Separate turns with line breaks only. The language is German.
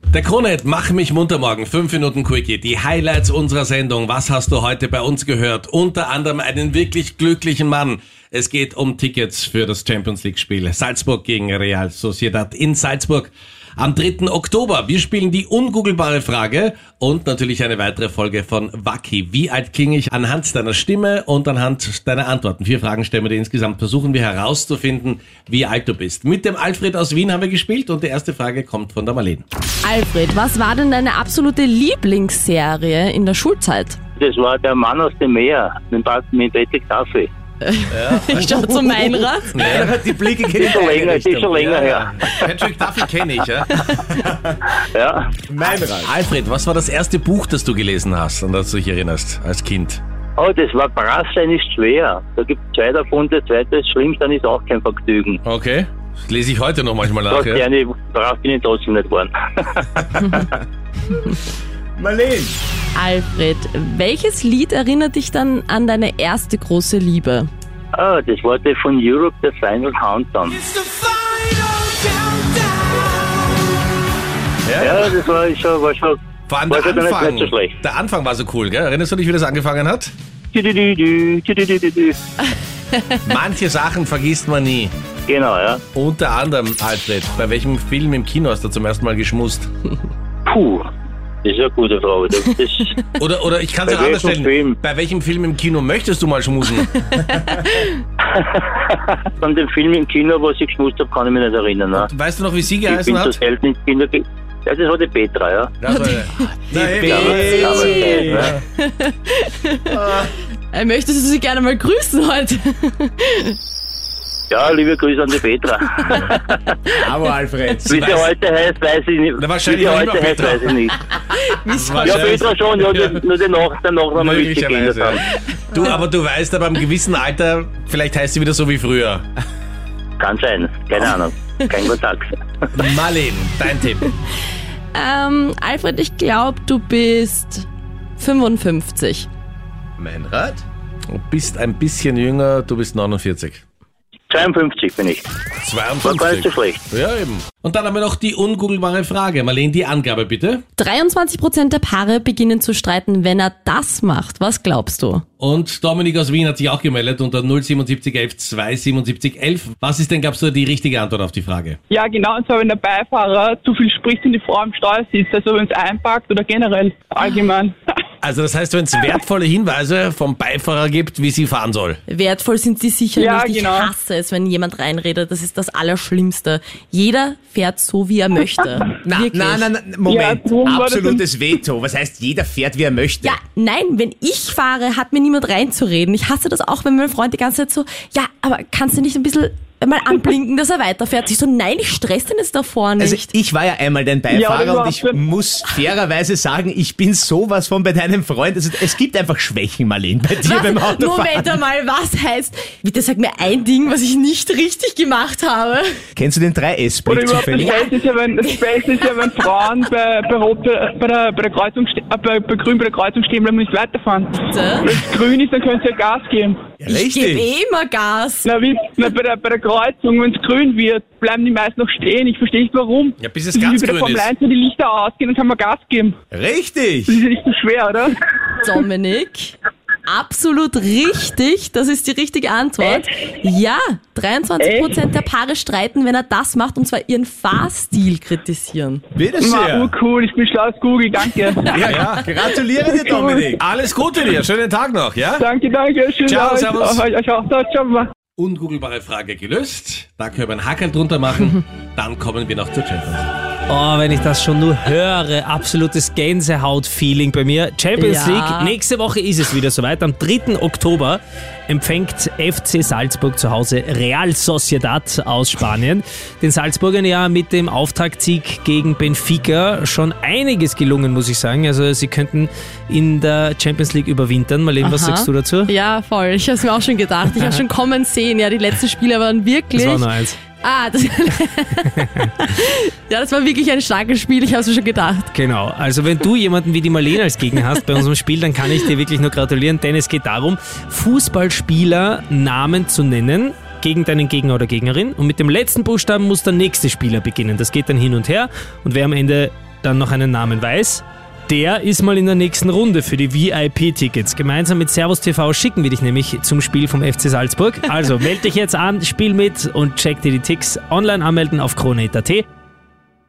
Der Kronet, mach mich munter morgen. Fünf Minuten Quickie. Die Highlights unserer Sendung. Was hast du heute bei uns gehört? Unter anderem einen wirklich glücklichen Mann. Es geht um Tickets für das Champions League Spiel. Salzburg gegen Real Sociedad in Salzburg. Am 3. Oktober. Wir spielen die ungoogelbare Frage und natürlich eine weitere Folge von Wacky. Wie alt klinge ich anhand deiner Stimme und anhand deiner Antworten? Vier Fragen stellen wir dir insgesamt. Versuchen wir herauszufinden, wie alt du bist. Mit dem Alfred aus Wien haben wir gespielt und die erste Frage kommt von der Marlene.
Alfred, was war denn deine absolute Lieblingsserie in der Schulzeit?
Das war der Mann aus dem Meer mit, Bart- mit Patrick Duffy.
Ich schaue zu Meinrad.
Ja.
Die Blicke kenne ich
Schon länger,
eigentlich.
ist schon länger her.
Patrick Duffy kenne ich, ja.
Ja.
Mein Rat.
Alfred, was war das erste Buch, das du gelesen hast, an das du dich erinnerst, als Kind?
Oh, das war brav sein ist schwer. Da gibt es zwei davon, der zweite ist schlimm, dann ist auch kein Vergnügen.
Okay. Das lese ich heute noch manchmal nach.
Trotzdem
Ja.
eine, brav bin ich trotzdem nicht geworden.
Marlene.
Alfred, welches Lied erinnert dich dann an deine erste große Liebe?
Ah, das war der von Europe, der Final Countdown.
It's the final countdown.
Ja, das war schon, war schon.
Vor allem
war
der
schon gar
Anfang,
Nicht so schlecht.
der Anfang war so cool, gell? Erinnerst du dich, wie das angefangen hat?
Tüdüdüdü, tüdüdüdüdü.
Manche Sachen vergisst man nie.
Genau, ja.
Unter anderem, Alfred, bei welchem Film im Kino hast du zum ersten Mal geschmust?
Puh, das ist eine gute Frage. Das, das,
Oder, oder ich kann es
Bei
auch anders
welchem
stellen.
Film?
Bei welchem Film im Kino möchtest du mal schmusen?
an den Film im Kino, was ich geschmust habe, kann ich mich nicht erinnern. Ne?
weißt du noch, wie sie
Ich
geheißen
bin so
hat?
selten ins Kino ge- Ja, das war die Petra, ja.
Das war- Die
Ja, aber-
Baby.
ja.
Äh, Möchtest du sie gerne mal grüßen heute?
ja, liebe Grüße an die Petra.
Bravo, Alfred.
Wie sie
weiß-
heute heißt, weiß ich nicht.
Na, wahrscheinlich
Wie sie
noch immer
heute heißt,
Petra.
weiß ich nicht. Ja,
Wahrscheinlich-
Petra schon, ja, die- nur den Nach der Nachname wird sich geändert
Möglicherweise.
haben.
Du, aber du weißt, aber im gewissen Alter, vielleicht heißt sie wieder so wie früher.
Kann sein, keine Ahnung. Kein Kontakt.
Marlene, dein Tipp.
Ähm, Alfred, ich glaube, du bist 55.
Mein Rat.
Du bist ein bisschen jünger, du bist 49.
52 bin ich. War gar nicht so
52.
schlecht.
Ja, eben. Und dann haben wir noch die ungoogelbare Frage. Marlene, die Angabe bitte.
23% der Paare beginnen zu streiten, wenn er das macht. Was glaubst du?
Und Dominik aus Wien hat sich auch gemeldet unter 07711 27711. Was ist denn, gab's du die richtige Antwort auf die Frage?
Ja, genau, und zwar wenn der Beifahrer zu viel spricht und die Frau am Steuer sitzt, also wenn es einpackt oder generell allgemein.
Also das heißt, wenn es wertvolle Hinweise vom Beifahrer gibt, wie sie fahren soll.
Wertvoll sind sie sicher
Ja,
nicht. Ich
genau.
hasse es, wenn jemand reinredet. Das ist das Allerschlimmste. Jeder fährt so, wie er möchte.
Na,
Wirklich.
na, na, na,
Ja,
Moment.
drum war das
Absolutes Veto. Was heißt, jeder fährt, wie er möchte?
Ja, Ah, nein, wenn ich fahre, hat mir niemand reinzureden. Ich hasse das auch, wenn mein Freund die ganze Zeit so, ja, aber kannst du nicht ein bisschen mal anblinken, dass er weiterfährt? Ich so, nein, ich stress den jetzt da vorne
Also
nicht.
ich war ja einmal dein Beifahrer
Ja,
und
aber
ich
überhaupt nicht.
muss fairerweise sagen, ich bin sowas von bei deinem Freund. Also es gibt einfach Schwächen, Marlene, bei dir beim
Was?
Autofahren.
Moment einmal, was heißt, bitte sag mir ein Ding, was ich nicht richtig gemacht habe.
Kennst du den 3S-Blick
Oder überhaupt das
zufällig?
Beste ist ja, wenn, das Beste ist ja, wenn Frauen bei, bei, Rot, bei, bei, der, bei der Kreuzung, ste- äh, bei, bei Grün bei der Kreuzung stehen bleiben und nicht weiterfahren. Wenn es grün ist, dann können sie ja Gas geben.
Ja,
Ich gebe eh immer Gas.
Na, wie, na, bei, der, bei der Kreuzung, wenn es grün wird, bleiben die meisten noch stehen. Ich verstehe nicht warum.
Ja, bis es
Das ist
ganz
wie bei der
grün
Formel
ist.
1, wenn die Lichter ausgehen, dann kann man Gas geben. Das
Richtig.
ist ja nicht so schwer, oder?
Dominik. Absolut richtig, das ist die richtige Antwort. Ja, 23 Prozent der Paare streiten, wenn er das macht, und zwar ihren Fahrstil kritisieren.
Bitte
Ja.
sehr.
cool, ich bin schlau als Google, danke.
Ja, ja. Gratuliere dir, Dominik.
Alles Gute dir, schönen Tag noch, ja?
danke, danke, schön.
Ciao,
euch,
servus.
Euch, euch auch, ciao, ciao.
Ungoogelbare Frage gelöst. Da können wir einen Haken drunter machen. Dann kommen wir noch zur Champions. League.
Oh, wenn ich das schon nur höre, absolutes Gänsehaut-Feeling bei mir. Champions
Ja.
League, nächste Woche ist es wieder soweit. Am 3. Oktober empfängt FC Salzburg zu Hause Real Sociedad aus Spanien. Den Salzburgern ja mit dem Auftaktsieg gegen Benfica schon einiges gelungen, muss ich sagen. Also sie könnten in der Champions League überwintern. Marlene, was
Aha.
sagst du dazu?
Ja, voll. Ich habe es mir auch schon gedacht. Ich habe schon kommen sehen. Ja, die letzten Spiele waren wirklich.
Das war nur eins.
ah, das ja, das war wirklich ein starkes Spiel. Ich habe es mir schon gedacht.
Genau, also wenn du jemanden wie die Marlene als Gegner hast bei unserem Spiel, dann kann ich dir wirklich nur gratulieren, denn es geht darum, Fußballspieler Namen zu nennen gegen deinen Gegner oder Gegnerin und mit dem letzten Buchstaben muss der nächste Spieler beginnen. Das geht dann hin und her und wer am Ende dann noch einen Namen weiß, der ist mal in der nächsten Runde für die VIP-Tickets. Gemeinsam mit Servus TV schicken wir dich nämlich zum Spiel vom FC Salzburg. Also melde dich jetzt an, spiel mit und check dir die Ticks. Online anmelden auf krone.at.